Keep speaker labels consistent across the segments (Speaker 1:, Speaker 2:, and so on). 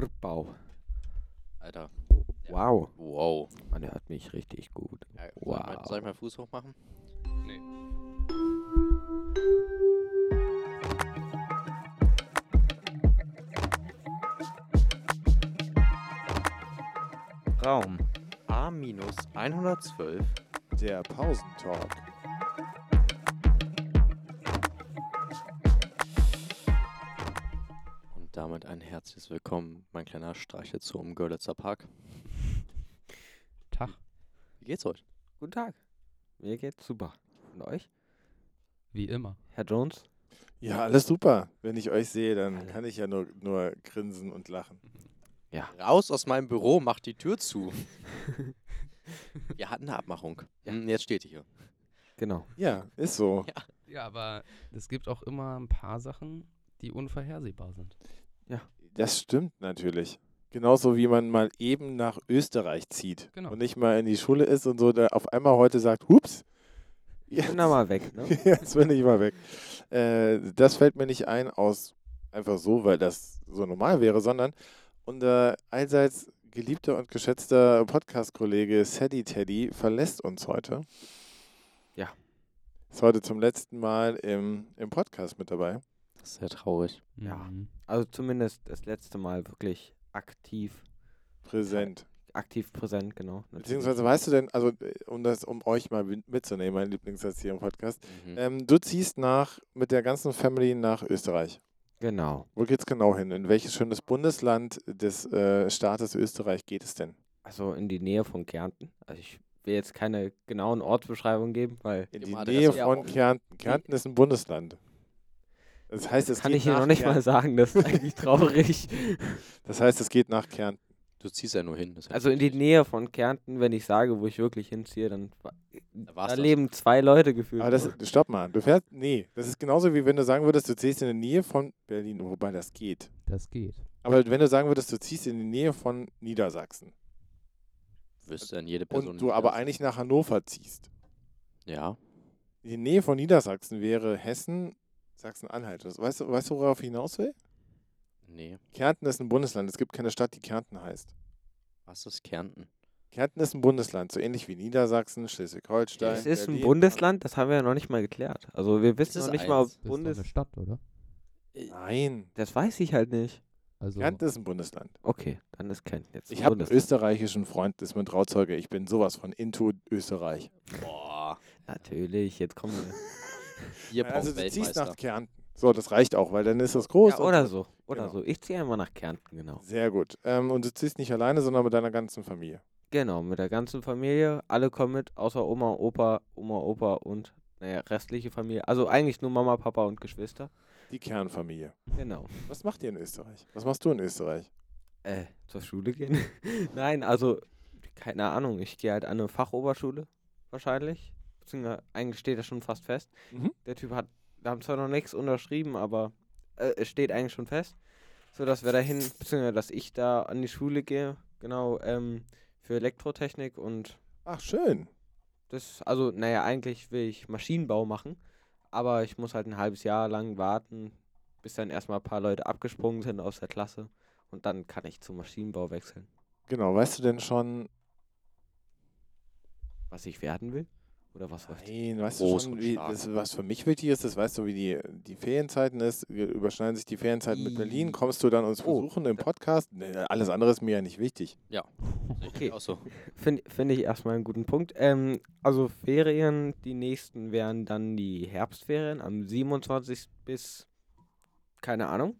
Speaker 1: Grpau.
Speaker 2: Alter. Ja.
Speaker 1: Wow,
Speaker 2: Wow.
Speaker 1: man hört mich richtig gut.
Speaker 2: Ja, soll, ich mal,
Speaker 1: Wow.
Speaker 2: soll ich mal Fuß hoch machen?
Speaker 3: Nee.
Speaker 4: Raum,
Speaker 2: A-112.
Speaker 4: der Pausentalk.
Speaker 2: Und damit ein herzliches Willkommen, mein kleiner Streiche zu um Görlitzer Park.
Speaker 5: Tag.
Speaker 2: Wie geht's euch?
Speaker 1: Guten Tag. Mir geht's super. Und euch?
Speaker 5: Wie immer.
Speaker 1: Herr Jones?
Speaker 4: Ja, alles super. Wenn ich euch sehe, dann kann ich ja nur, nur grinsen und lachen.
Speaker 2: Raus aus meinem Büro, mach die Tür zu. Wir hatten eine Abmachung. Hm, Jetzt steht die hier.
Speaker 1: Genau.
Speaker 4: Ja, ist so.
Speaker 5: Ja, aber es gibt auch immer ein paar Sachen, die unvorhersehbar sind.
Speaker 4: Das stimmt natürlich. Genauso wie man mal eben nach Österreich zieht
Speaker 5: Genau.
Speaker 4: und nicht mal in die Schule ist und so da auf einmal heute sagt, hups,
Speaker 1: Ich
Speaker 4: jetzt,
Speaker 1: bin da mal weg, ne?
Speaker 4: jetzt bin ich mal weg. Äh, das fällt mir nicht ein aus einfach so, weil das so normal wäre, sondern unser allseits geliebter und geschätzter Podcast-Kollege Sadie Teddy verlässt uns heute.
Speaker 1: Ja.
Speaker 4: Ist heute zum letzten Mal im, im Podcast mit dabei.
Speaker 2: Sehr traurig.
Speaker 1: Ja.
Speaker 5: Mhm.
Speaker 1: Also zumindest das letzte Mal wirklich aktiv,
Speaker 4: Präsent.
Speaker 1: aktiv präsent, genau. natürlich.
Speaker 4: Beziehungsweise weißt du denn, also äh, um das, um euch mal wi- mitzunehmen, mein Lieblingssatz hier im Podcast,
Speaker 2: Mhm.
Speaker 4: ähm, du ziehst nach mit der ganzen Family nach Österreich.
Speaker 1: Genau.
Speaker 4: Wo geht's genau hin? In welches schönes Bundesland des äh, Staates Österreich geht es denn?
Speaker 1: Also in die Nähe von Kärnten. Also ich will jetzt keine genauen Ortsbeschreibungen geben, weil
Speaker 4: In
Speaker 2: Im
Speaker 4: die
Speaker 2: Adresse-
Speaker 4: Nähe
Speaker 1: Ja,
Speaker 4: von
Speaker 1: offen.
Speaker 4: Kärnten. Kärnten ist ein Bundesland. Das heißt, es
Speaker 1: kann
Speaker 4: geht
Speaker 1: ich hier
Speaker 4: nach
Speaker 1: noch nicht mal
Speaker 4: Kärnten.
Speaker 1: sagen. Das ist eigentlich traurig.
Speaker 4: Das heißt, es geht nach Kärnten.
Speaker 2: Du ziehst ja nur hin. das ist ja
Speaker 1: Also in die
Speaker 2: wichtig.
Speaker 1: Nähe von Kärnten, wenn ich sage, wo ich wirklich hinziehe, dann wa-
Speaker 2: war's
Speaker 1: da
Speaker 2: das.
Speaker 1: leben zwei Leute gefühlt.
Speaker 4: Aber das, stopp mal, du fährst, nee, das ist genauso wie wenn du sagen würdest, du ziehst in die Nähe von Berlin, wobei das geht.
Speaker 5: Das geht.
Speaker 4: Aber wenn du sagen würdest, du ziehst in die Nähe von Niedersachsen.
Speaker 2: Wüsste dann jede Person.
Speaker 4: und du
Speaker 2: nicht,
Speaker 4: aber
Speaker 2: dass-
Speaker 4: eigentlich nach Hannover ziehst.
Speaker 2: Ja.
Speaker 4: In die Nähe von Niedersachsen wäre Hessen, Sachsen-Anhalt. Das- Weißt du, weißt du, worauf ich hinaus will?
Speaker 2: Nee.
Speaker 4: Kärnten ist ein Bundesland. Es gibt keine Stadt, die Kärnten heißt.
Speaker 2: Was ist Kärnten?
Speaker 4: Kärnten ist ein Bundesland, so ähnlich wie Niedersachsen, Schleswig-Holstein.
Speaker 1: Es ist ein
Speaker 4: Berlin.
Speaker 1: Bundesland, das haben wir ja noch nicht mal geklärt. Also wir wissen
Speaker 2: ist
Speaker 1: noch nicht mal, ob
Speaker 2: eins.
Speaker 5: Das ist doch
Speaker 1: Bundes...
Speaker 5: eine Stadt, oder?
Speaker 4: Äh,
Speaker 2: Ah,
Speaker 4: Nein,
Speaker 1: Das weiß ich halt nicht.
Speaker 5: Also
Speaker 4: Kärnten ist ein Bundesland.
Speaker 1: Okay, dann ist kein jetzt
Speaker 4: Ich
Speaker 1: ein
Speaker 4: habe einen
Speaker 1: Bundesland.
Speaker 4: österreichischen Freund, das ist mein Trauzeuge. Ich bin sowas von into Österreich.
Speaker 2: Boah.
Speaker 1: Natürlich, jetzt kommen wir.
Speaker 2: Ihr braucht
Speaker 4: also du ziehst
Speaker 2: Weltmeister.
Speaker 4: nach Kärnten. So, das reicht auch, weil dann ist das groß.
Speaker 1: ja,
Speaker 4: und
Speaker 1: oder so, oder
Speaker 4: genau.
Speaker 1: so. Ich ziehe einmal nach Kärnten, genau.
Speaker 4: Sehr gut. Ähm, und du ziehst nicht alleine, sondern mit deiner ganzen Familie.
Speaker 1: Genau, mit der ganzen Familie. Alle kommen mit, außer Oma, Opa, Oma, Opa und naja, restliche Familie. Also eigentlich nur Mama, Papa und Geschwister.
Speaker 4: Die Kernfamilie.
Speaker 1: Genau.
Speaker 4: Was macht ihr in Österreich? Was machst du in Österreich?
Speaker 1: Äh, zur Schule gehen? Nein, also, keine Ahnung. Ich gehe halt an eine Fachoberschule, wahrscheinlich. Beziehungsweise, eigentlich steht das schon fast fest.
Speaker 4: Mhm.
Speaker 1: Der Typ hat, wir haben zwar noch nichts unterschrieben, aber äh, es steht eigentlich schon fest. So dass wir dahin, beziehungsweise, dass ich da an die Schule gehe, genau, ähm, für Elektrotechnik und
Speaker 4: Ach, schön.
Speaker 1: das, also, naja, eigentlich will ich Maschinenbau machen, aber ich muss halt ein halbes Jahr lang warten, bis dann erstmal ein paar Leute abgesprungen sind aus der Klasse und dann kann ich zum Maschinenbau wechseln.
Speaker 4: Genau, weißt du denn schon,
Speaker 1: Was ich werden will? Oder was weiß ich?
Speaker 4: nein, weißt du
Speaker 2: Groß
Speaker 4: schon,
Speaker 2: und
Speaker 4: wie,
Speaker 2: stark.
Speaker 4: das, was für mich wichtig ist, das weißt du, wie die, die Ferienzeiten ist, Wir überschneiden sich die Ferienzeiten mit Berlin,
Speaker 1: I-
Speaker 4: kommst du dann uns
Speaker 1: Oh.
Speaker 4: besuchen im Podcast? Nee, alles andere ist mir ja nicht wichtig.
Speaker 1: Okay.
Speaker 2: Auch so.
Speaker 1: Finde find ich erstmal einen guten Punkt. Ähm, also Ferien, die nächsten wären dann die Herbstferien am 27. bis keine Ahnung.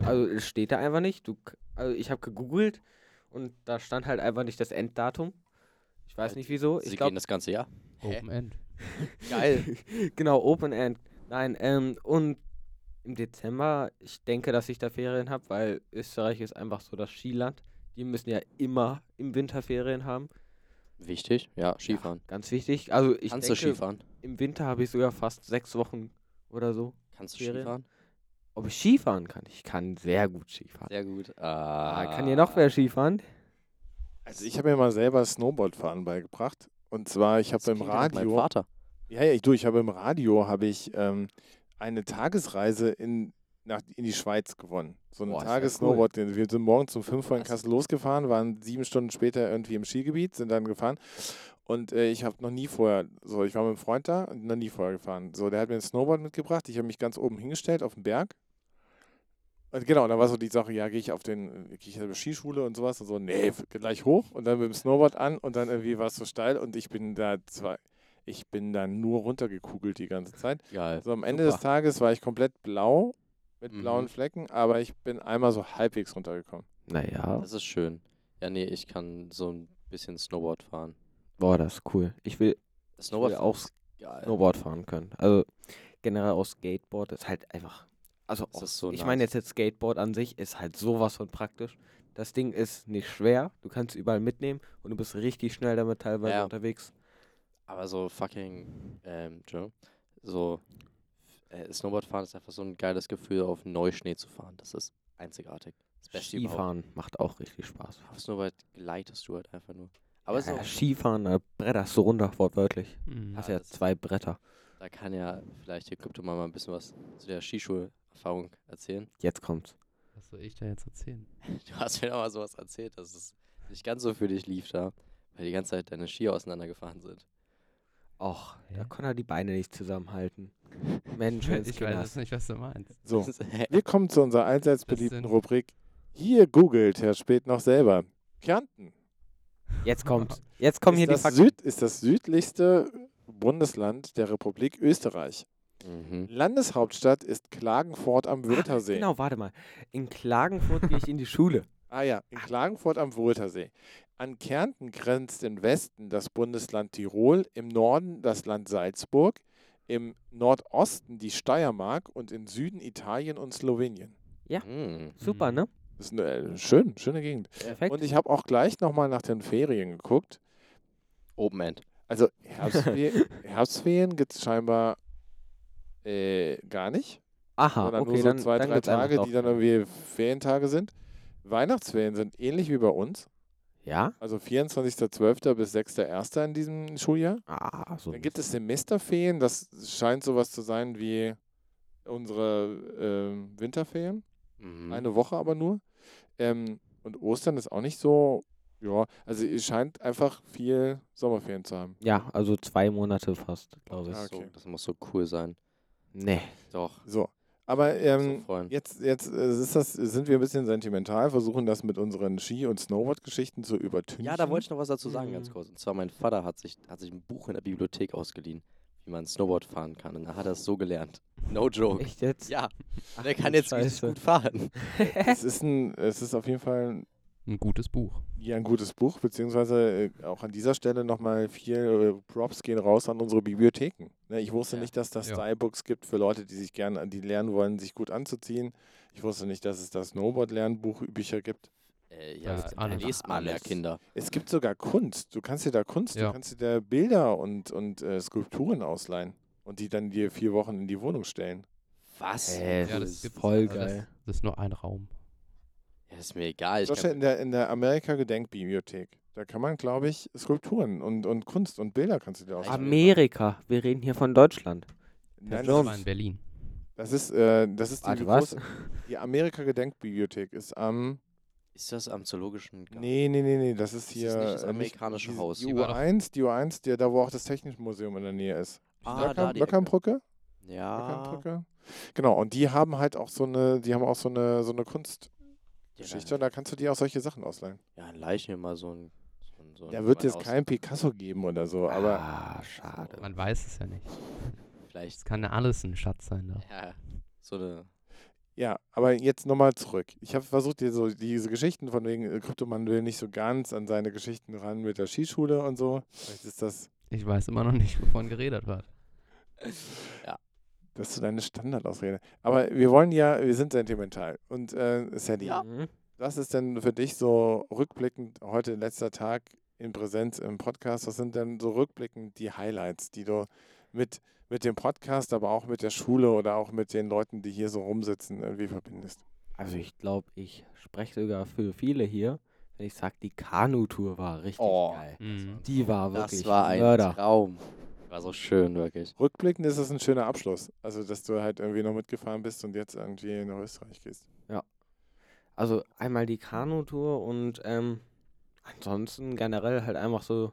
Speaker 1: Also es steht da einfach nicht. Du, k- also ich habe gegoogelt und da stand halt einfach nicht das Enddatum. Ich weiß nicht wieso.
Speaker 2: Sie
Speaker 1: Ich glaube,
Speaker 2: gehen das ganze Jahr.
Speaker 5: Open End.
Speaker 2: Geil.
Speaker 1: genau, Open End. Nein, ähm, und im Dezember, ich denke, dass ich da Ferien habe, weil Österreich ist einfach so das Skiland. Die müssen ja immer im Winter Ferien haben.
Speaker 2: Wichtig. Ja, Skifahren.
Speaker 1: Ganz wichtig. Also ich
Speaker 2: Kannst du
Speaker 1: denke,
Speaker 2: Skifahren?
Speaker 1: im Winter habe ich sogar fast sechs Wochen oder so.
Speaker 2: Kannst du
Speaker 1: Ferien?
Speaker 2: Skifahren?
Speaker 1: Ob ich Skifahren kann? Ich kann sehr gut Skifahren.
Speaker 2: Sehr gut.
Speaker 1: ah,
Speaker 2: Ah,
Speaker 1: kann hier noch wer Skifahren?
Speaker 4: Also ich habe mir mal selber Snowboardfahren beigebracht. Und zwar, ich habe im
Speaker 2: Mein
Speaker 4: Radio,
Speaker 2: Vater.
Speaker 4: ja, ja, ich, du, ich habe im Radio, habe ich ähm, eine Tagesreise in nach, in die Schweiz gewonnen. So ein
Speaker 2: Boah, ist ja
Speaker 4: Tages-Snowboard. den- Wir sind morgens um 5 Uhr in
Speaker 2: Was?
Speaker 4: Kassel losgefahren, waren sieben Stunden später irgendwie im Skigebiet, sind dann gefahren. Und äh, ich habe noch nie vorher, so ich war mit einem Freund da und noch nie vorher gefahren. So, der hat mir ein Snowboard mitgebracht. Ich habe mich ganz oben hingestellt auf dem Berg. Und genau, da war so die Sache, ja, gehe ich auf den, gehe ich auf die Skischule und sowas und so, nee, gleich hoch und dann mit dem Snowboard an und dann irgendwie war es so steil und ich bin da zwei, ich bin da nur runtergekugelt die ganze Zeit.
Speaker 2: Geil.
Speaker 4: So am Ende
Speaker 2: Super.
Speaker 4: des Tages war ich komplett blau mit
Speaker 2: Mhm.
Speaker 4: blauen Flecken, aber ich bin einmal so halbwegs runtergekommen.
Speaker 1: Naja,
Speaker 2: Das ist schön. Ja, nee, ich kann so ein bisschen Snowboard fahren.
Speaker 1: boah, das ist cool. Ich will
Speaker 2: Snowboard
Speaker 1: auch
Speaker 2: fahren ist geil.
Speaker 1: Snowboard fahren können. Also generell auch Skateboard ist halt einfach. Also
Speaker 2: Das
Speaker 1: auch,
Speaker 2: ist so
Speaker 1: ich
Speaker 2: nice.
Speaker 1: meine jetzt das Skateboard an sich ist halt sowas von praktisch. Das Ding ist nicht schwer, du kannst überall mitnehmen und du bist richtig schnell damit teilweise
Speaker 2: Ja.
Speaker 1: unterwegs.
Speaker 2: Aber so fucking, ähm, Entschuldigung, so äh, Snowboard fahren ist einfach so ein geiles Gefühl, auf Neuschnee zu fahren. Das ist einzigartig. Das Beste überhaupt.
Speaker 1: Skifahren macht auch richtig Spaß.
Speaker 2: Auf Snowboard gleitest du halt einfach nur. Aber
Speaker 1: ja, ja,
Speaker 2: so,
Speaker 1: Skifahren, da bretterst du runter, wortwörtlich.
Speaker 5: Mhm.
Speaker 1: Hast
Speaker 2: Ja,
Speaker 1: ja,
Speaker 2: das-
Speaker 1: zwei Bretter.
Speaker 2: da kann ja vielleicht hier Krypto mal ein bisschen was zu der Skischulerfahrung erzählen.
Speaker 1: Jetzt kommt's.
Speaker 5: Was soll ich da jetzt erzählen?
Speaker 2: Du hast mir doch mal sowas erzählt, dass es nicht ganz so für dich lief da, weil die ganze Zeit deine Skier auseinandergefahren sind.
Speaker 1: Och, da
Speaker 5: Hä?
Speaker 1: kann er die Beine nicht zusammenhalten. Mensch, wenn's
Speaker 5: ich
Speaker 1: Kinder
Speaker 5: weiß
Speaker 1: hast.
Speaker 5: jetzt nicht, was du meinst.
Speaker 4: So, wir kommen zu unserer allseits
Speaker 5: Was
Speaker 4: beliebten
Speaker 5: denn?
Speaker 4: Rubrik. Hier googelt Herr Spät noch selber. Kärnten.
Speaker 1: Jetzt kommt's. Jetzt kommen
Speaker 4: ist,
Speaker 1: hier die
Speaker 4: das
Speaker 1: Fakten.
Speaker 4: Süd, ist das südlichste Bundesland der Republik Österreich.
Speaker 2: mhm.
Speaker 4: Landeshauptstadt ist Klagenfurt am Wörthersee.
Speaker 1: Genau, warte mal. In Klagenfurt gehe ich in die Schule.
Speaker 4: Ah ja, in Klagenfurt am Woltersee. An Kärnten grenzt im Westen das Bundesland Tirol, im Norden das Land Salzburg, im Nordosten die Steiermark und im Süden Italien und Slowenien.
Speaker 1: Ja.
Speaker 2: Mhm.
Speaker 1: Super,
Speaker 5: Mhm.
Speaker 1: ne?
Speaker 4: Das ist eine, äh, schön, schöne Gegend.
Speaker 1: Perfekt.
Speaker 4: Und ich habe auch gleich nochmal nach den Ferien geguckt.
Speaker 2: Open End.
Speaker 4: Also Herbstferien, Herbstferien gibt es scheinbar äh, gar nicht.
Speaker 1: Aha,
Speaker 4: sondern
Speaker 1: Ah, okay,
Speaker 4: nur so
Speaker 1: dann,
Speaker 4: zwei,
Speaker 1: dann
Speaker 4: drei
Speaker 1: geht's einfach
Speaker 4: Tage,
Speaker 1: drauf.
Speaker 4: die dann irgendwie Ferientage sind. Weihnachtsferien sind ähnlich wie bei uns.
Speaker 1: Ja?
Speaker 4: Also 24.12. bis 6.1. in diesem Schuljahr.
Speaker 1: Ah, so.
Speaker 4: Dann gibt es Semesterferien, das scheint sowas zu sein wie unsere ähm, Winterferien.
Speaker 2: Mhm.
Speaker 4: Eine Woche aber nur. Ähm, und Ostern ist auch nicht so, ja, also es scheint einfach viel Sommerferien zu haben.
Speaker 1: Ja, also zwei Monate fast, glaube ich.
Speaker 4: Ja.
Speaker 2: so,
Speaker 4: okay.
Speaker 2: Das muss so cool sein.
Speaker 1: Nee.
Speaker 2: Doch.
Speaker 4: So, aber ähm,
Speaker 2: so freuen.
Speaker 4: jetzt, jetzt äh, ist das, sind wir ein bisschen sentimental, versuchen das mit unseren Ski- und Snowboard-Geschichten zu übertünchen.
Speaker 2: Ja, da wollte ich noch was dazu sagen, ganz
Speaker 1: Mhm.
Speaker 2: kurz. Und zwar, mein Vater hat sich, hat sich ein Buch in der Bibliothek ausgeliehen, wie man Snowboard fahren kann. Und da hat er es so gelernt. No joke.
Speaker 1: Echt jetzt?
Speaker 2: ja,
Speaker 1: Ach,
Speaker 2: der kann
Speaker 1: du
Speaker 2: jetzt richtig
Speaker 1: Scheiße.
Speaker 2: gut fahren.
Speaker 4: es ist, ein, es ist auf jeden Fall ein
Speaker 5: Ein gutes Buch.
Speaker 4: Ja, ein gutes Buch, beziehungsweise äh, auch an dieser Stelle nochmal viel äh, Props gehen raus an unsere Bibliotheken. Ne, ich wusste
Speaker 2: Ja.
Speaker 4: nicht, dass das
Speaker 5: Ja.
Speaker 4: Stylebooks gibt für Leute, die sich gerne, die lernen wollen, sich gut anzuziehen. Ich wusste nicht, dass es das Snowboard-Lernbuch Bücher gibt.
Speaker 2: Äh,
Speaker 5: Da
Speaker 2: ja,
Speaker 5: ist
Speaker 2: da
Speaker 5: alles.
Speaker 2: lest man ja
Speaker 1: Alles.
Speaker 2: Kinder.
Speaker 4: Es gibt sogar Kunst. Du kannst dir da Kunst, du
Speaker 5: Ja.
Speaker 4: kannst dir da Bilder und, und äh, Skulpturen ausleihen und die dann dir vier Wochen in die Wohnung stellen.
Speaker 2: Was?
Speaker 1: Hä,
Speaker 5: Ja, das
Speaker 1: ist
Speaker 5: gibt's
Speaker 1: voll
Speaker 5: alles.
Speaker 1: geil.
Speaker 5: Das ist nur ein Raum.
Speaker 2: Ja, ist mir egal. Ich
Speaker 4: Das steht
Speaker 2: kann,
Speaker 4: in der, in der Amerika-Gedenkbibliothek. Da kann man, glaube ich, Skulpturen und, und Kunst und Bilder kannst du dir
Speaker 2: Echt?
Speaker 4: ausleihen.
Speaker 1: Amerika, wir reden hier von Deutschland.
Speaker 5: Das
Speaker 4: Nein, das
Speaker 5: war in Berlin.
Speaker 4: Das ist, äh, das ist die,
Speaker 1: Warte,
Speaker 4: große,
Speaker 1: was?
Speaker 4: die Amerika-Gedenkbibliothek. Ist am.
Speaker 2: ist das am zoologischen Garten?
Speaker 4: Nee, nee, nee, nee. Das ist
Speaker 2: Ist das
Speaker 4: hier.
Speaker 2: nicht das
Speaker 4: äh,
Speaker 2: amerikanische
Speaker 4: die-
Speaker 2: Haus?
Speaker 4: Die
Speaker 5: Die war doch-
Speaker 4: U1, die U1, die, da wo auch das Technische Museum in der Nähe ist.
Speaker 2: Ah, da
Speaker 4: Löckern-
Speaker 2: die Ecke. Ah.
Speaker 4: Löckernbrücke?
Speaker 2: Ja.
Speaker 4: Löckernbrücke? Genau, und die haben halt auch so eine, die haben auch so eine, so eine Kunstgeschichte
Speaker 2: Ja,
Speaker 4: und
Speaker 2: dann,
Speaker 4: da kannst du dir auch solche Sachen ausleihen.
Speaker 2: ja, leich mir mal so ein. So ein, so ein
Speaker 4: Da wird
Speaker 2: mal
Speaker 4: jetzt
Speaker 2: aus-
Speaker 4: kein Picasso geben oder so, aber
Speaker 1: ah, schade.
Speaker 5: Man weiß es ja nicht.
Speaker 2: Vielleicht.
Speaker 5: Es kann ja alles ein Schatz sein da.
Speaker 2: Ja, so eine.
Speaker 4: Ja, aber jetzt nochmal zurück. Ich habe versucht, dir so diese Geschichten von wegen äh, Kryptoman will nicht so ganz an seine Geschichten ran mit der Skischule und so. Vielleicht ist das,
Speaker 5: Ich weiß immer noch nicht, wovon geredet wird.
Speaker 4: das ist so deine Standardausrede. Aber wir wollen ja, wir sind sentimental. Und äh, Sandy,
Speaker 1: Mhm.
Speaker 4: was ist denn für dich so rückblickend heute letzter Tag in Präsenz im Podcast? Was sind denn so rückblickend die Highlights, die du mit, mit dem Podcast, aber auch mit der Schule oder auch mit den Leuten, die hier so rumsitzen, irgendwie verbindest?
Speaker 1: Also ich glaube, ich spreche sogar für viele hier, wenn ich sage, die Kanutour war richtig
Speaker 2: Oh.
Speaker 1: geil.
Speaker 5: Mhm.
Speaker 1: Die war
Speaker 2: Das
Speaker 1: wirklich
Speaker 2: war ein
Speaker 1: Mörder.
Speaker 2: Traum. War so schön, wirklich.
Speaker 4: Rückblickend ist das ein schöner Abschluss. Also, dass du halt irgendwie noch mitgefahren bist und jetzt irgendwie nach Österreich gehst.
Speaker 1: Also einmal die Kanutour und ähm, ansonsten generell halt einfach so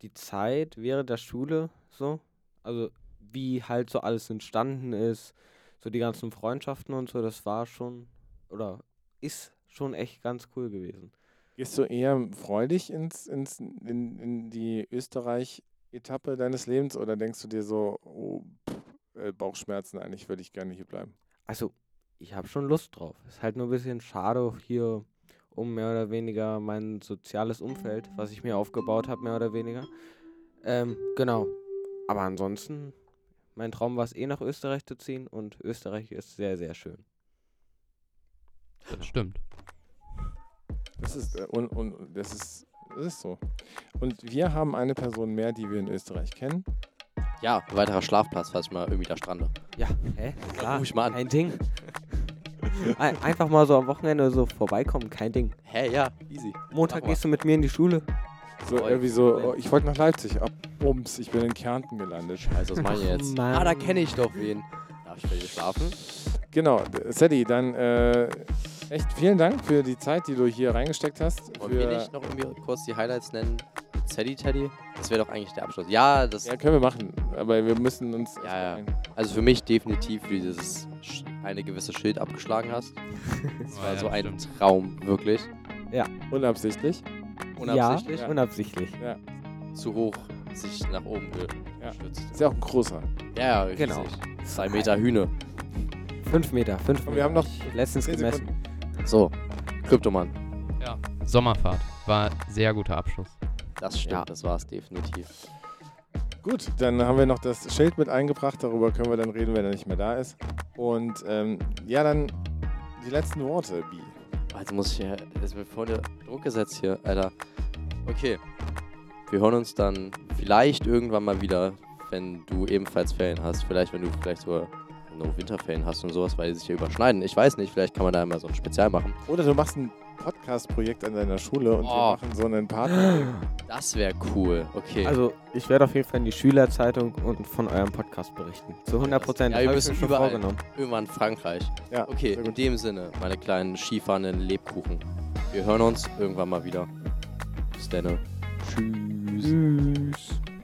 Speaker 1: die Zeit während der Schule so. Also wie halt so alles entstanden ist, so die ganzen Freundschaften und so, das war schon oder ist schon echt ganz cool gewesen.
Speaker 4: Gehst du eher freudig ins, ins, in, in die Österreich-Etappe deines Lebens oder denkst du dir so, oh, pff, äh, Bauchschmerzen, eigentlich würde ich gerne hier bleiben?
Speaker 1: Also ich habe schon Lust drauf. Ist halt nur ein bisschen schade hier um mehr oder weniger mein soziales Umfeld, was ich mir aufgebaut habe, mehr oder weniger. Ähm, genau. Aber ansonsten, mein Traum war es eh nach Österreich zu ziehen und Österreich ist sehr, sehr schön.
Speaker 5: Das stimmt.
Speaker 4: Das ist, äh, und, und, das ist, das ist so. Und wir haben eine Person mehr, die wir in Österreich kennen.
Speaker 2: Ja, weiterer Schlafplatz, falls ich mal irgendwie da strande.
Speaker 1: Ja, hä? Klar,
Speaker 2: Ruf ich mal an.
Speaker 1: kein Ding. Ein, einfach mal so am Wochenende so vorbeikommen, kein Ding.
Speaker 2: Hä, ja, easy.
Speaker 1: Montag
Speaker 2: Mach mal.
Speaker 1: gehst du mit mir in die Schule.
Speaker 4: So
Speaker 2: Voll.
Speaker 4: irgendwie so, oh, ich wollte nach Leipzig. Ab, ums, ich bin in Kärnten gelandet.
Speaker 2: Also, was meine ich
Speaker 1: Ach,
Speaker 4: Oh
Speaker 2: jetzt?
Speaker 1: Mann.
Speaker 2: Ah, da kenne ich doch wen. Darf ich bei dir schlafen?
Speaker 4: Genau, Sadie, dann äh, echt vielen Dank für die Zeit, die du hier reingesteckt hast.
Speaker 2: Wollen wir
Speaker 4: Für,
Speaker 2: nicht noch irgendwie kurz die Highlights nennen? Teddy Teddy? Das wäre doch eigentlich der Abschluss. Ja, das
Speaker 4: ja, können wir machen, aber wir müssen uns.
Speaker 2: Ja, ja. also für mich definitiv, wie du dieses Sch- eine gewisse Schild abgeschlagen hast. Das
Speaker 5: Ah,
Speaker 2: war
Speaker 5: ja,
Speaker 2: so ein
Speaker 5: stimmt.
Speaker 2: Traum, wirklich.
Speaker 4: Unabsichtlich.
Speaker 2: Unabsichtlich.
Speaker 1: Ja,
Speaker 4: Ja.
Speaker 1: unabsichtlich.
Speaker 2: Zu hoch sich nach oben ge-
Speaker 4: Ja.
Speaker 2: gestützt.
Speaker 4: Ist ja auch ein großer.
Speaker 2: Ja, ja,
Speaker 1: Genau.
Speaker 2: richtig. Zwei Meter Hühne.
Speaker 1: Fünf Meter, fünf Meter.
Speaker 4: Und wir haben noch
Speaker 1: letztens
Speaker 4: 10
Speaker 1: gemessen.
Speaker 4: Sekunden.
Speaker 2: So, Kryptomann.
Speaker 5: Sommerfahrt war sehr guter Abschluss.
Speaker 2: Das stimmt,
Speaker 1: Ja.
Speaker 2: das war's definitiv.
Speaker 4: Gut, dann haben wir noch das Schild mit eingebracht. Darüber können wir dann reden, wenn er nicht mehr da ist. Und ähm, ja, dann die letzten Worte, Bi.
Speaker 2: Jetzt Also muss ich ja, jetzt wird voll der Druck gesetzt hier, Alter. Okay, wir hören uns dann vielleicht irgendwann mal wieder, wenn du ebenfalls Ferien hast. Vielleicht, wenn du vielleicht sogar no Winterferien hast und sowas, weil die sich hier überschneiden. Ich weiß nicht, vielleicht kann man da mal so ein Spezial machen.
Speaker 4: Oder du machst ein Podcast-Projekt an deiner Schule und
Speaker 2: Oh.
Speaker 4: wir machen so einen Partner.
Speaker 2: Das wäre cool. Okay.
Speaker 1: Also, ich werde auf jeden Fall in die Schülerzeitung und von eurem Podcast berichten. Zu 100 Prozent.
Speaker 2: Ja, wir müssen
Speaker 1: schon
Speaker 2: überall.
Speaker 1: vorgenommen.
Speaker 2: irgendwann Frankreich.
Speaker 4: Ja,
Speaker 2: Okay,
Speaker 4: sehr
Speaker 2: in
Speaker 4: gut.
Speaker 2: dem Sinne, meine kleinen skifahrenden Lebkuchen. Wir hören uns irgendwann mal wieder. Bis dann. Tschüss.
Speaker 1: Tschüss.